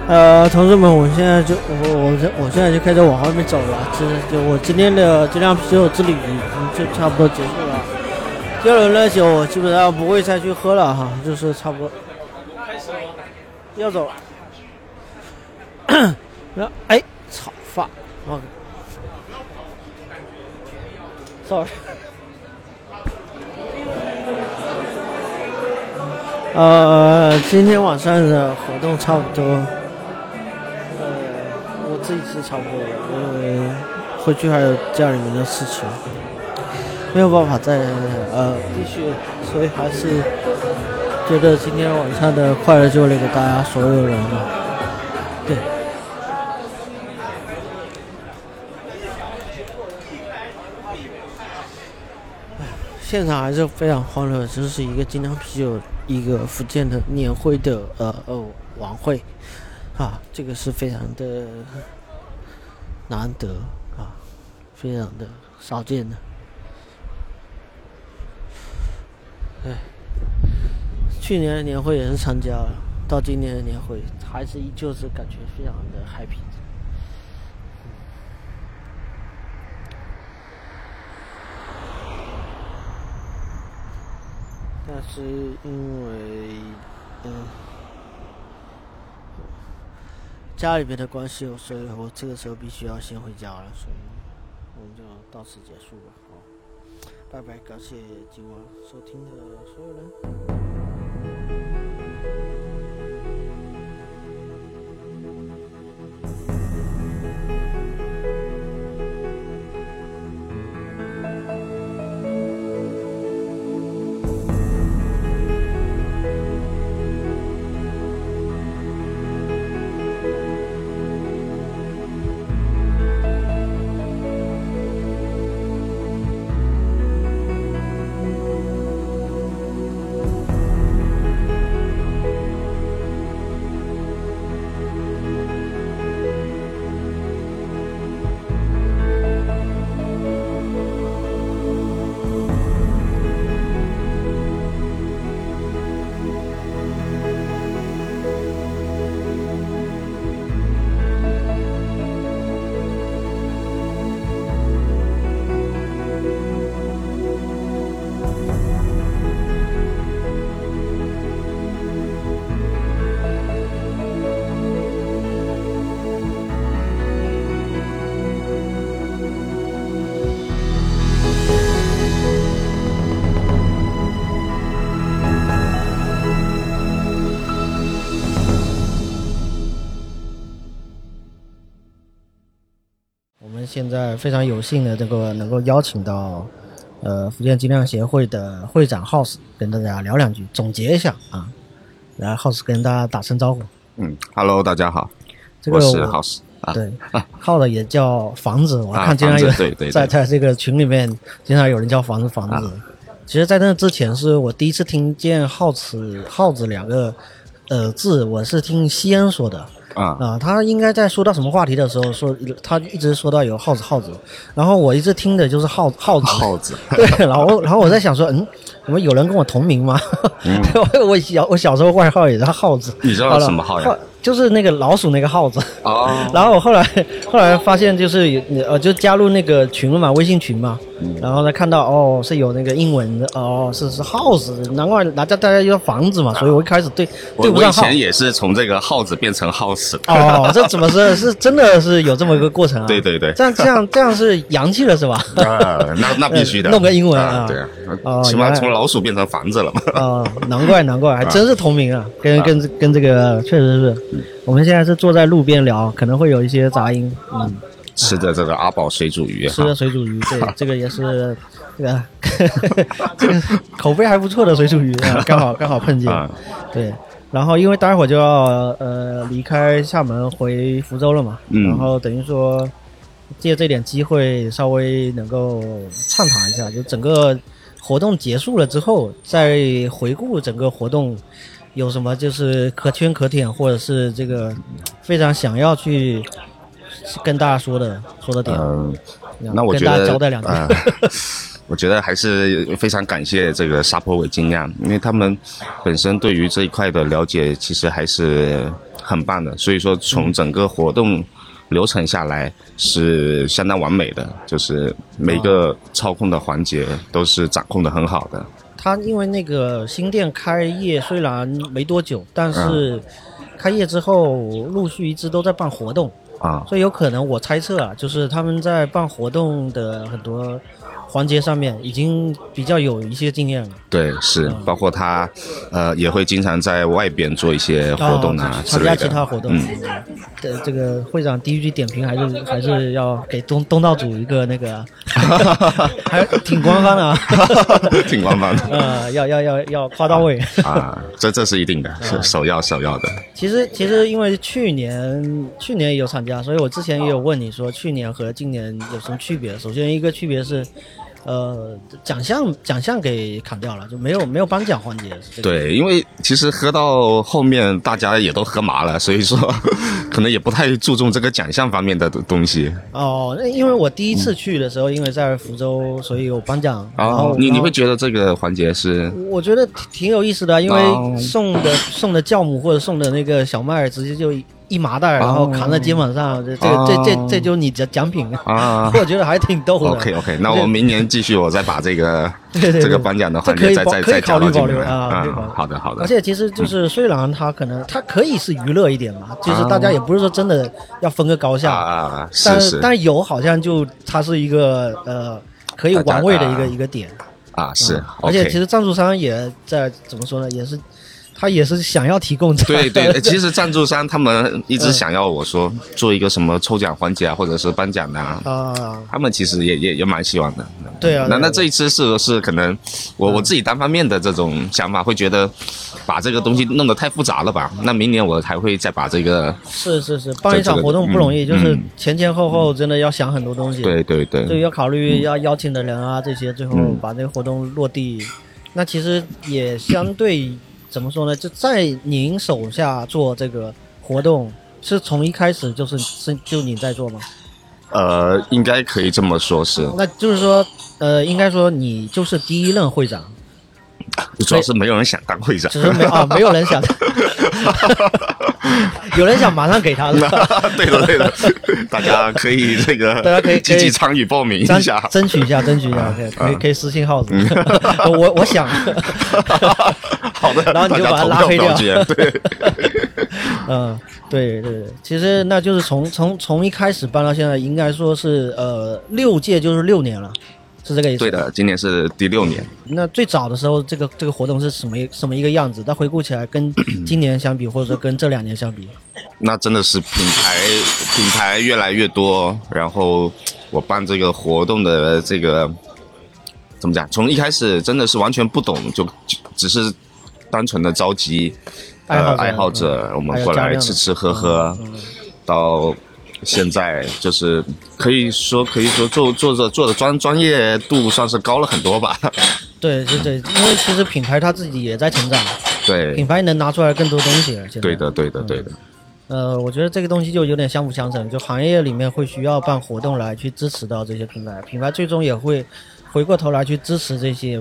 呃，同志们，我现在就我我这我现在就开始往外面走了，这就我今天的这辆啤酒之旅已经就差不多结束了。第二轮的酒我基本上不会再去喝了哈，就是差不多要走了。然后哎，操发，我 sorry。呃，今天晚上的活动差不多，呃，我自己是差不多了，因为回去还有家里面的事情，没有办法再呃继续，所以还是觉得今天晚上的快乐就留给大家所有人了，对。哎现场还是非常欢乐，这是一个精酿啤酒一个福建的年会的呃呃晚会，啊，这个是非常的难得啊，非常的少见的。哎，去年的年会也是参加了，到今年的年会还是依旧是感觉非常的 happy 的。嗯
那是因为嗯家里边的关系，哦所以我这个时候必须要先回家了，所以我们就到此结束吧。好，拜拜，感谢今晚收听的所有人。
我们现在非常有幸的这个能够邀请到，呃，福建精酿协会的会长 House 跟大家聊两句，总结一下啊，然后 House 跟大家打声招呼。
嗯，Hello，大家好，
这个
我是
我
House 啊，
对，耗的也叫房子，我
啊
看经常有
房子 对对啊对
在在这个群里面经常有人叫房子房子。其实，在那之前是我第一次听见“耗子”“耗子”两个呃字，我是听西安说的。
啊
啊，他应该在说到什么话题的时候说，他一直说到有耗子耗子，然后我一直听的就是耗耗子耗
子，
对，然后然后我在想说，嗯，怎么有人跟我同名吗？ 我我小我小时候外号也叫耗子，
嗯你知道
好了
什么耗呀
耗就是那个老鼠那个耗子。
哦
然后我后来后来发现就是有呃就加入那个群了嘛，微信群嘛，
嗯
然后呢看到哦是有那个英文的哦是是 house，难怪大家大家叫房子嘛，所以我一开始对
啊我
对不
我以
上号。
前也是从这个耗子变成耗死 的，
哦，这怎么是是真的是有这么一个过程啊？
对对 对，
这样这样这样是洋气了是吧？
啊，那那必须的，
弄个英文
啊
啊，
对啊，
哦
起
原
码
来
从老鼠变成房子了嘛，
啊，难怪难怪，还真是同名啊，跟
啊
跟这跟这个确实
嗯
是。我们现在是坐在路边聊，可能会有一些杂音，嗯，
吃的这个阿宝水煮鱼，啊
吃的水煮鱼，对， 这个也是这个 这个口碑还不错的水煮鱼 啊，刚好刚好碰见，对。然后因为待会儿就要呃离开厦门回福州了嘛，
嗯
然后等于说借这点机会稍微能够畅谈一下，就整个活动结束了之后，再回顾整个活动有什么就是可圈可点，或者是这个非常想要去跟大家说的说的点。
嗯，
然后
那我
跟
觉
大
得
家交代两句。
啊我觉得还是非常感谢这个沙坡尾精酿，因为他们本身对于这一块的了解其实还是很棒的，所以说从整个活动流程下来是相当完美的，就是每个操控的环节都是掌控的很好的。
他因为那个新店开业虽然没多久，但是
嗯
开业之后陆续一直都在办活动
啊
所以有可能我猜测啊，就是他们在办活动的很多环节上面已经比较有一些经验了。
对，是包括他，呃，也会经常在外边做一些活动啊
哦
之
参
类的。
加其 他活动。
嗯，
这这个会长第一句点评还是还是要给东东道主一个那 个，啊还挺官方的啊，
挺官方的
呃，要要要要夸到位。
啊，这这是一定的，是首要首要的。
其实其实因为去年去年也有参加，所以我之前也有问你说去年和今年有什么区别。首先一个区别是，呃，奖项奖项给砍掉了，就没有没有颁奖环节。这个
对，因为其实喝到后面大家也都喝麻了，所以说 可能也不太注重这个奖项方面的东西。
哦，那因为我第一次去的时候，因为在福州，所以有颁奖。然后
啊你
然
你
后
会觉得这个环节是
我觉得挺挺有意思的，因
哦
为送的送的酵母或者送的那个小麦，直接就一麻袋，然后扛在肩膀上，这这个这这这就是你奖奖品。
啊
我觉得还挺逗的。
OK OK，那我明年继续，我再把这个
对对对
这个颁奖的环
这可
节
以
再
保
再
可以
再加
考虑
到进
保
来
留啊可以考
嗯，好的好的。嗯
而且其实就是，虽然它可能它可以是娱乐一点嘛，就是大家也不是说真的要分个高下
啊是
但
是
但有好像就它是一个呃可以玩味的一个一个点，
啊是，
而且
OK
其实赞助商也在怎么说呢，也是他也是想要提供这
对对，
样
呃
的
其实赞助商他们
嗯
一直想要我说做一个什么抽奖环节啊，或者是颁奖的啊，
啊，
他们其实也也也蛮希望的。
对啊对
那
啊嗯
那这一次是是可能我我自己单方面的这种想法，会觉得把这个东西弄得太复杂了吧？那明年我还会再把这个，
是是是，办一场活动不容易，
这
就
这个
是前前后后真的要想很多东西。
对对对
就要考虑要邀请的人啊这些，最后
嗯
把这个活动落地。那其实也相对怎么说呢？就在您手下做这个活动，是从一开始就是是就你在做吗？
呃，应该可以这么说是，
那就是说，呃，应该说你就是第一任会长，
主要是没有人想当会长，
只是没 啊、没有人想， 有人想马上给他了。
对了对了，大家可以这个
大家可以
积
可
极
以
参与报名一
争
下。啊
争取一下，争取一下，可以可以可以私信号子， 我我想，
嗯 好的，
然后你就
大家
把他
投
拉
票
黑
表
掉
决，对，
嗯，对对对，其实那就是从从从一开始办到现在，应该说是呃六届就是六年了，是这个意思。
对的，今年是第六年。
那最早的时候，这个这个活动是什么什么一个样子？但回顾起来， 跟今年相比，或者说跟这两年相比，
那真的是品牌品牌越来越多，然后我办这个活动的这个怎么讲？从一开始真的是完全不懂，就就只是单纯的召集
爱好
呃
者
爱好者，
嗯
我
还
们
有
过
家
来
人嗯
吃吃喝喝，到现在就是可以说可以说做做着做的专专业度算是高了很多吧，
对对对，因为其实品牌它自己也在成长，
对
品。牌能拿出来更多东西了。现在
对的，对的，对的，
呃，我觉得这个东西就有点相辅相成，就行业里面会需要办活动来去支持到这些品牌，品牌最终也会回过头来去支持这些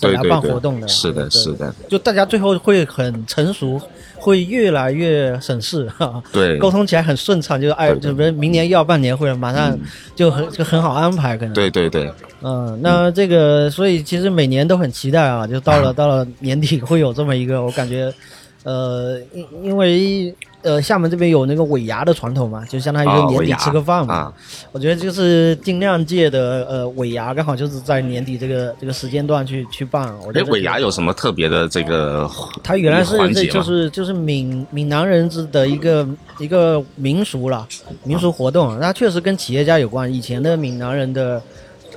本
对
来
对
办
对
活动的。
是的，是的，
就大家最后会很成熟，会越来越省事哈。
对
沟通起来很顺畅，就是哎，准备明年又要办年会了，马
嗯
上就很就很好安排，可能。
对对对，
嗯，那这个，所以其实每年都很期待啊，就到
嗯
了到了年底会有这么一个，我感觉，呃，因因为呃厦门这边有那个尾牙的传统嘛，就相当于
啊
就年
尾
底
牙
吃个饭嘛。
啊
我觉得就是尽量界的呃尾牙，刚好就是在年底这个这个时间段去去办。啊我觉
哎，
得
尾牙有什么特别的这个环？
它原来是
环
这
节
就
吗
是就是闽闽南人之的一个一个民俗啦，民俗活动，它确实跟企业家有关。以前的闽南人的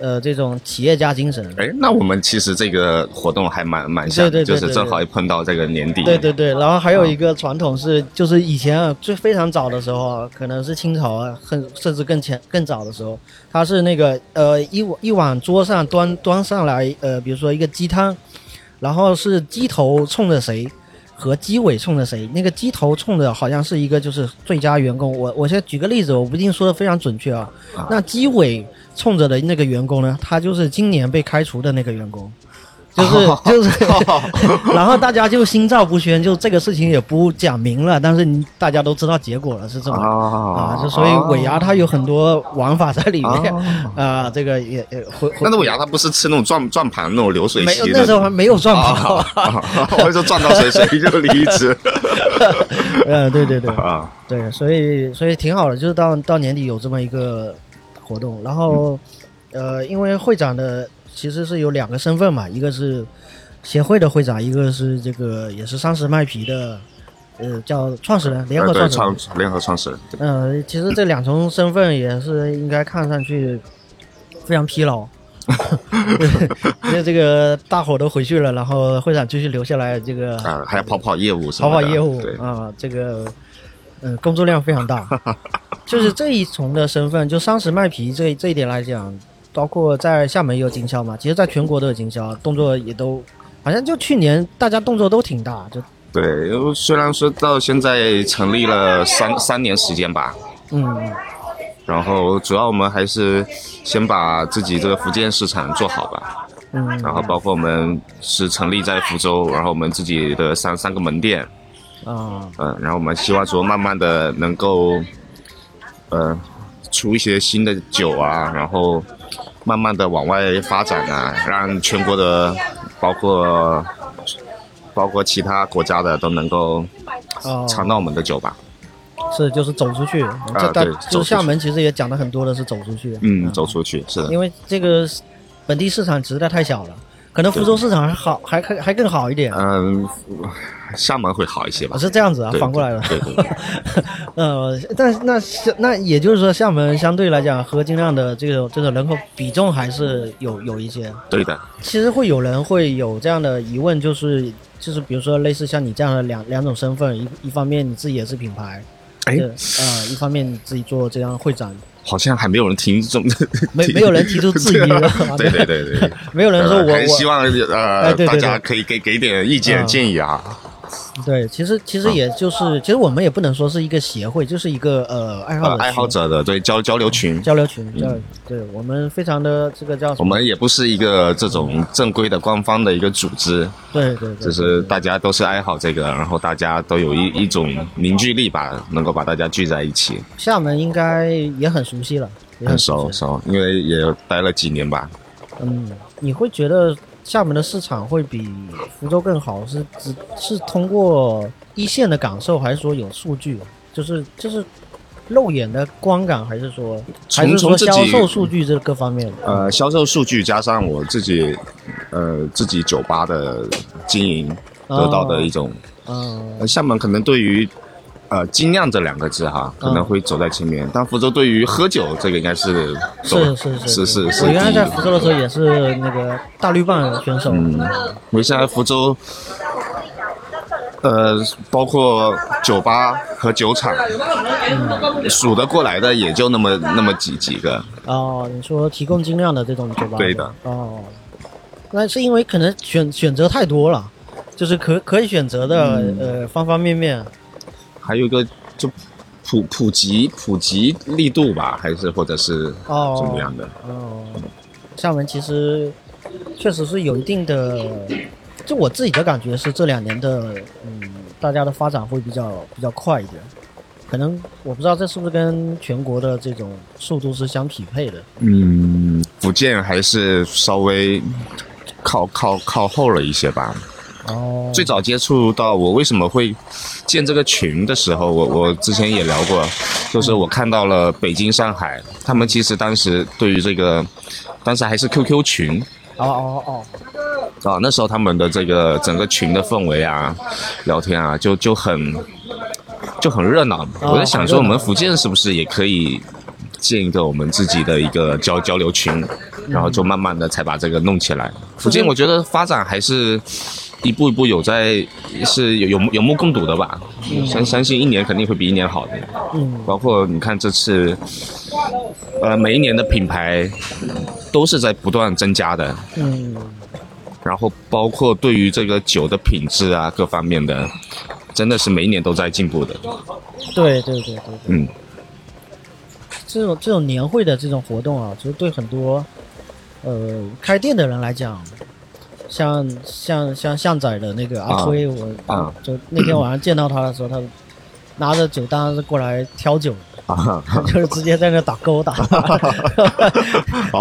呃这种企业家精神，
哎，那我们其实这个活动还蛮蛮像的，
对对对
就是正好也碰到这个年底。
对对对，然后还有一个传统是，就是以前啊，最非常早的时候啊，可能是清朝啊，很甚至更前更早的时候，它是那个呃一碗一碗桌上端 端上来呃，比如说一个鸡汤，然后是鸡头冲着谁。和鸡尾冲着谁？那个鸡头冲着好像是一个就是最佳员工。我我先举个例子，我不一定说的非常准确啊。那鸡尾冲着的那个员工呢，他就是今年被开除的那个员工。就是 就是，
哦
然后大家就心照不宣，就这个事情也不讲明了，但是你大家都知道结果了是这么
哦
啊，就所以尾牙它有很多玩法在里面啊，这个也也回回
哦那那尾牙它不是吃那种转转盘那种流水
没有
席
那时候还没有转盘
啊啊我就 转到谁谁就离职。
呃，对对对
啊，
对，所以所以挺好的，就是到到年底有这么一个活动，然后、呃，因为会长的其实是有两个身份嘛，一个是协会的会长，一个是这个也是三十麦皮的呃叫创始人， 联合
呃
创
对
始人
创。联合创始人，对
嗯、其实这两重身份也是应该看上去非常疲 劳。 因为这个大伙都回去了，然后会长继续留下来，这个
啊，还要跑跑业务什
淘
么的。
宝业务
对，
啊，这个嗯、呃工作量非常 大，就是这一重的身份，就商时卖皮这这一点来讲，包括在厦门也有经销嘛，其实在全国都有经销，动作也都好像就去年大家动作都挺大，就
对，因为虽然说到现在成立了三三年时间吧，
嗯
然后主要我们还是先把自己这个福建市场做 好吧。
嗯，
然后包括我们是成立在福州，然后我们自己的三三个门店，
啊，
嗯，然后我们希望说慢慢的能够，呃，出一些新的酒啊，然后慢慢的往外发展啊，让全国的，包括包括其他国家的都能够
哦
尝到我们的酒吧。
是就是走出去，这大
啊对
就
走
是
出去
厦门其实也讲的很多的是走出去，
嗯，走出去是的，
啊因为这个本地市场实在太小了，可能福州市场还好，还还还更好一点。
嗯，厦门会好一些吧？
是这样子啊
对
反过来了
对对对，
呃，但是那是那也就是说，厦门相对来讲和精酿的这种这种人口比重还是有有一些。
对的，
其实会有人会有这样的疑问，就是就是比如说类似像你这样的两两种身份，一一方面你自己也是品牌，
哎
对呃，一方面你自己做这样的会展，
好像还没有人听这种，
没没有人提出质疑
对啊对对对，对
没有人说
呃
我
还是
我
希望
哎
呃
对对
大
对
家可以给给点意见
嗯
建议啊。
对，其实其实也就是，啊其实我们也不能说是一个协会，就是一个呃爱好
呃
者群、
爱好者的对交交流群，
交流群，对、
嗯
对，我们非常的这个叫什
我
么？
们也不是一个这种正规的官方的一个组织，
对对对，
就是大家都是爱好这个，然后大家都有一一种凝聚力吧，能够把大家聚在一起，
厦门应该也很熟悉了，也
很
很
熟熟，因为也待了几年吧。
嗯，你会觉得厦门的市场会比福州更好，是只是通过一线的感受，还是说有数据？啊就是就是肉眼的观感，还是说还是
从
说
从自
销
己
售数据这各方面？
呃，销售数据加上我自己，呃，自己酒吧的经营得到
哦
的一种，
嗯，
呃，厦门可能对于。呃，精酿这两个字哈，
嗯
可能会走在前面，但福州对于喝酒这个应该是走
是是
是是是
我原来
第一嗯
在福州的时候也是那个大绿棒选手，
因为现在福州，呃，包括酒吧和酒厂数得过来的也就那么那么几几个，
哦，你说提供精酿的这种酒吧？
对的。
哦，那是因为可能选选择太多了，就是可可以选择的、
嗯
呃方方面面。
还有一个就普普及普及力度吧，还是或者是
哦
怎么样的？
哦，厦门其实确实是有一定的，就我自己的感觉是这两年的，嗯，大家的发展会比较比较快一点。可能我不知道这是不是跟全国的这种速度是相匹配的。
嗯，福建还是稍微靠靠靠后了一些吧。
哦，
最早接触到我为什么会建这个群的时候，我我之前也聊过，就是我看到了北京、上海，他们其实当时对于这个，当时还是 QQ 群，
哦哦哦，
啊，那时候他们的这个整个群的氛围啊，聊天啊，就就很就很热闹。
哦
我在想
很
说，
热
我
闹
们福建是不是也可以建一个我们自己的一个交交流群，然后就慢慢的才把这个弄起来。福建我觉得发展还是一步一步有在是有有目有目共睹的吧
嗯，
相相信一年肯定会比一年好的。
嗯，
包括你看这次，呃，每一年的品牌都是在不断增加的。
嗯，
然后包括对于这个酒的品质啊各方面的，真的是每一年都在进步的。
对对对对。
嗯，
这种这种年会的这种活动啊，其实对很多呃开店的人来讲，像像像巷仔的那个阿
啊
辉，我、
啊
就那天晚上见到他的时候，他拿着酒单过来挑酒，
啊，
就是直接在那打勾 打，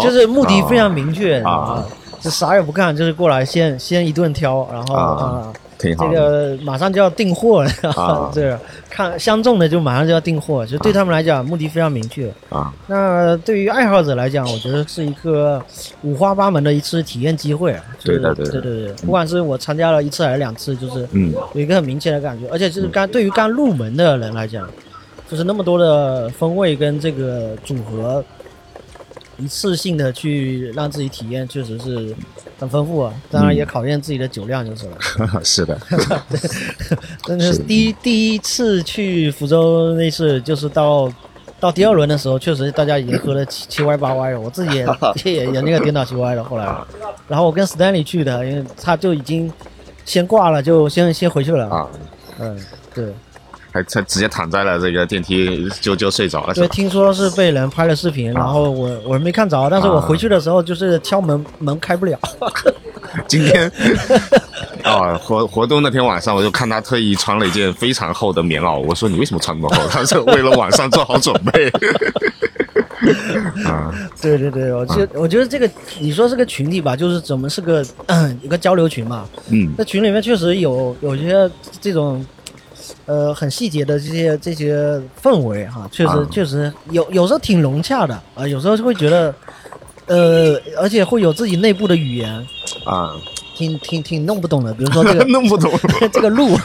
就是目的非常明确
啊
啊，就啥也不干，就是过来先先一顿挑，然后
啊挺好
这
的
个马上就要订货了，
啊
对，看相中的就马上就要订货，就对他们来讲目的非常明确。
啊，
那对于爱好者来讲，我觉得是一个五花八门的一次体验机会。啊就是
对的对
对
的
对对，不管是我参加了一次还是两次，就是
嗯
有一个很明显的感觉，而且就是刚对于刚入门的人来讲，就是那么多的风味跟这个组合，一次性的去让自己体验，确实是很丰富啊。当然也
嗯
考验自己的酒量就是了。
是的，
真的是第一第一次去福州那次，就是到到第二轮的时候，确实大家已经喝的七七歪八歪了，我自 己也也也那个颠倒七歪了。后来，然后我跟 Stanley 去的，因为他就已经先挂了，就先先回去了。
啊，
嗯，对。
还还直接躺在了这个电梯就就睡着了，是
对，
吧？
听说是被人拍了视频，然后我我没看着，但是我回去的时候就是敲门，门开不了。
今天 啊、活活动那天晚上，我就看他特意穿了一件非常厚的棉袄，我说你为什么穿那么厚？ 他说为了晚上做好准备。 啊，
对对对，我
嗯
觉我觉得这个你说是个群体吧，就是怎么是个 一个交流群嘛。
嗯
那群里面确实有有些这种，呃，很细节的这些这些氛围哈，确实、
啊
确实有有时候挺融洽的啊、有时候就会觉得，呃，而且会有自己内部的语言，
啊，
挺挺挺弄不懂的。比如说这个
弄不懂
这个 路，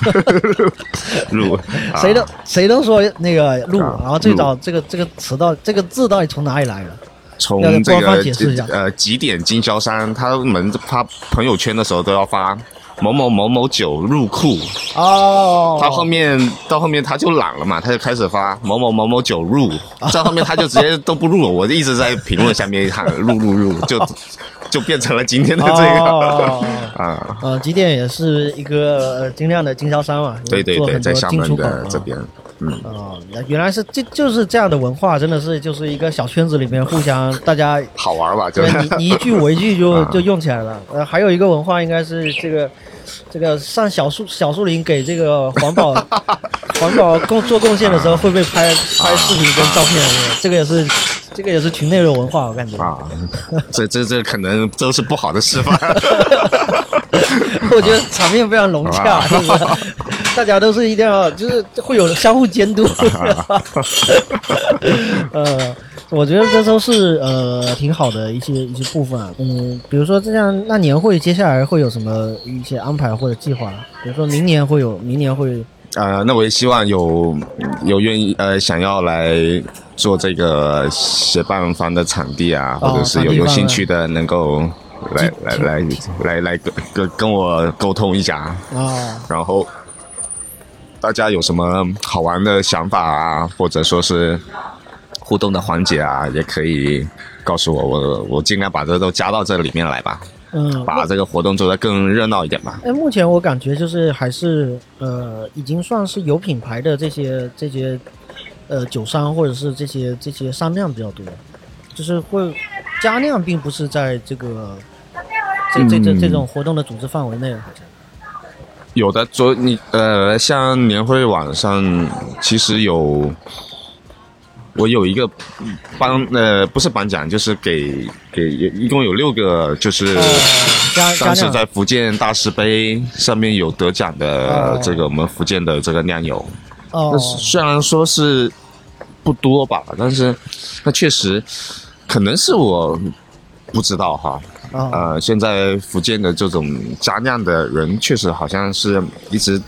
路
谁都、谁都说那个路，
啊
然后最早
路
这个这个词到这个字到底从哪里来的？
从
要
这
不帮我
个
解释一下
呃几点经销商，他们发朋友圈的时候都要发某某某某酒入库，
哦，
他后面到后面他就懒了嘛，他就开始发某某某某酒 入，到后面他就直接都不入了，我就一直在评论下面喊入入入，就 就变成了今天的这
哦
个 啊，
呃，吉电也是一个呃精酿的经销商嘛，
对对
做
对，
很
在
多
厦
进
门
出口
的
啊
这边，嗯，
那原来是这就是这样的文化，真的是就是一个小圈子里面互相大家
好玩吧，就
对
是
你你一句我一句就
啊
就用起来了。呃，还有一个文化应该是这个这个上小树小树林给这个环保环保贡做贡献的时候会被拍拍视频跟照片，这个也是这个也是群内的文化，我感觉。
啊， 这这这可能都是不好的示范。
我觉得场面非常融洽，
啊
就是大家都是一定要，就是会有相互监督。呃，我觉得这都是呃挺好的一些一些部分啊。嗯，比如说这样，那年会接下来会有什么一些安排或者计划？比如说明年会有，明年会
呃，那我也希望有有愿意呃想要来做这个协办方的场地啊，
哦
或者是
场
有
地
有
方
兴
的
趣的能够来来来来来跟跟跟我沟通一下，
啊，
然后大家有什么好玩的想法啊，或者说是互动的环节啊，也可以告诉我，我我尽量把这都加到这里面来吧，
嗯。
把这个活动做得更热闹一点吧。
哎，目前我感觉就是还是呃，已经算是有品牌的这些这些呃酒商或者是这些这些商酿比较多，就是会加酿并不是在这个这这这这种活动的组织范围内，好像
有的，昨你呃，像年会晚上，其实有我有一个颁呃，不是颁奖，就是给给一共有六个，就是
加加
当时
呃酿
在福建大师杯上面有得奖的
哦
这个我们福建的这个酿友，
哦
那虽然说是不多吧，但是那确实可能是我不知道哈。
哦
呃，现在福建的这种加酿的人，确实好像是一直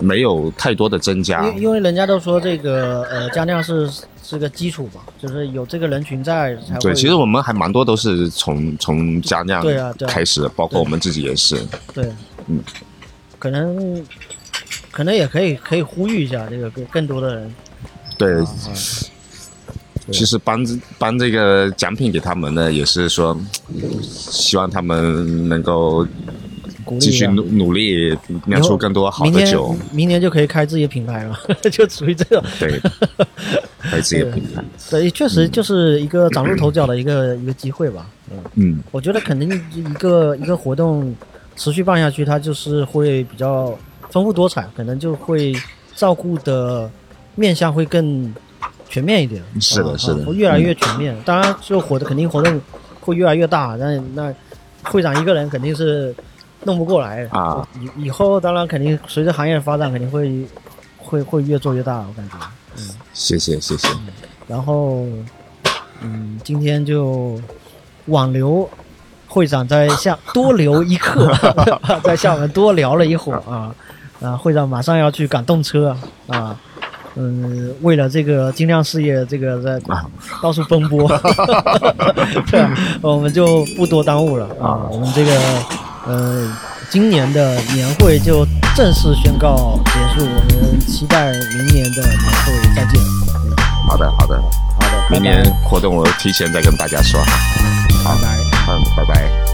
没有太多的增加。
因为因为人家都说这个呃加酿是是个基础嘛，就是有这个人群在才会
对，其实我们还蛮多都是从从加酿
对啊对啊
开始的，包
对
括我们自己也是。
对
嗯，
可能可能也可以可以呼吁一下这个更更多的人啊
对，
对
其实颁颁这个奖品给他们呢，也是说，希望他们能够
鼓励
继续
啊
努努力，酿
以
出
后
更多好
明
的
年
酒。
明年就可以开自己的品牌了， 就属于这种。
对，开自己的品牌。
对，确实就是一个崭露头角的一个、一个机会吧。嗯，
嗯，
我觉得肯定一个一个活动持续办下去，它就是会比较丰富多彩，可能就会照顾的面向会更全面一点。
是的，是的嗯
啊，会越来越全面。当然，就活的肯定活动会越来越大，但那会长一个人肯定是弄不过来的
啊。
以以后当然肯定随着行业的发展，肯定会会会越做越大，我感觉。
谢谢谢谢，
然后，嗯，今天就网留会长在厦多留一刻， 在厦门多聊了一会儿啊啊！会长马上要去赶动车啊，嗯，为了这个精酿事业，这个在到处奔波， 对啊，我们就不多耽误了啊。我们这个呃，今年的年会就正式宣告结束，我们期待明年的年会再见。
好的好的好的，明年活动我提前再跟大家说哈。好，
拜拜，
嗯，拜拜。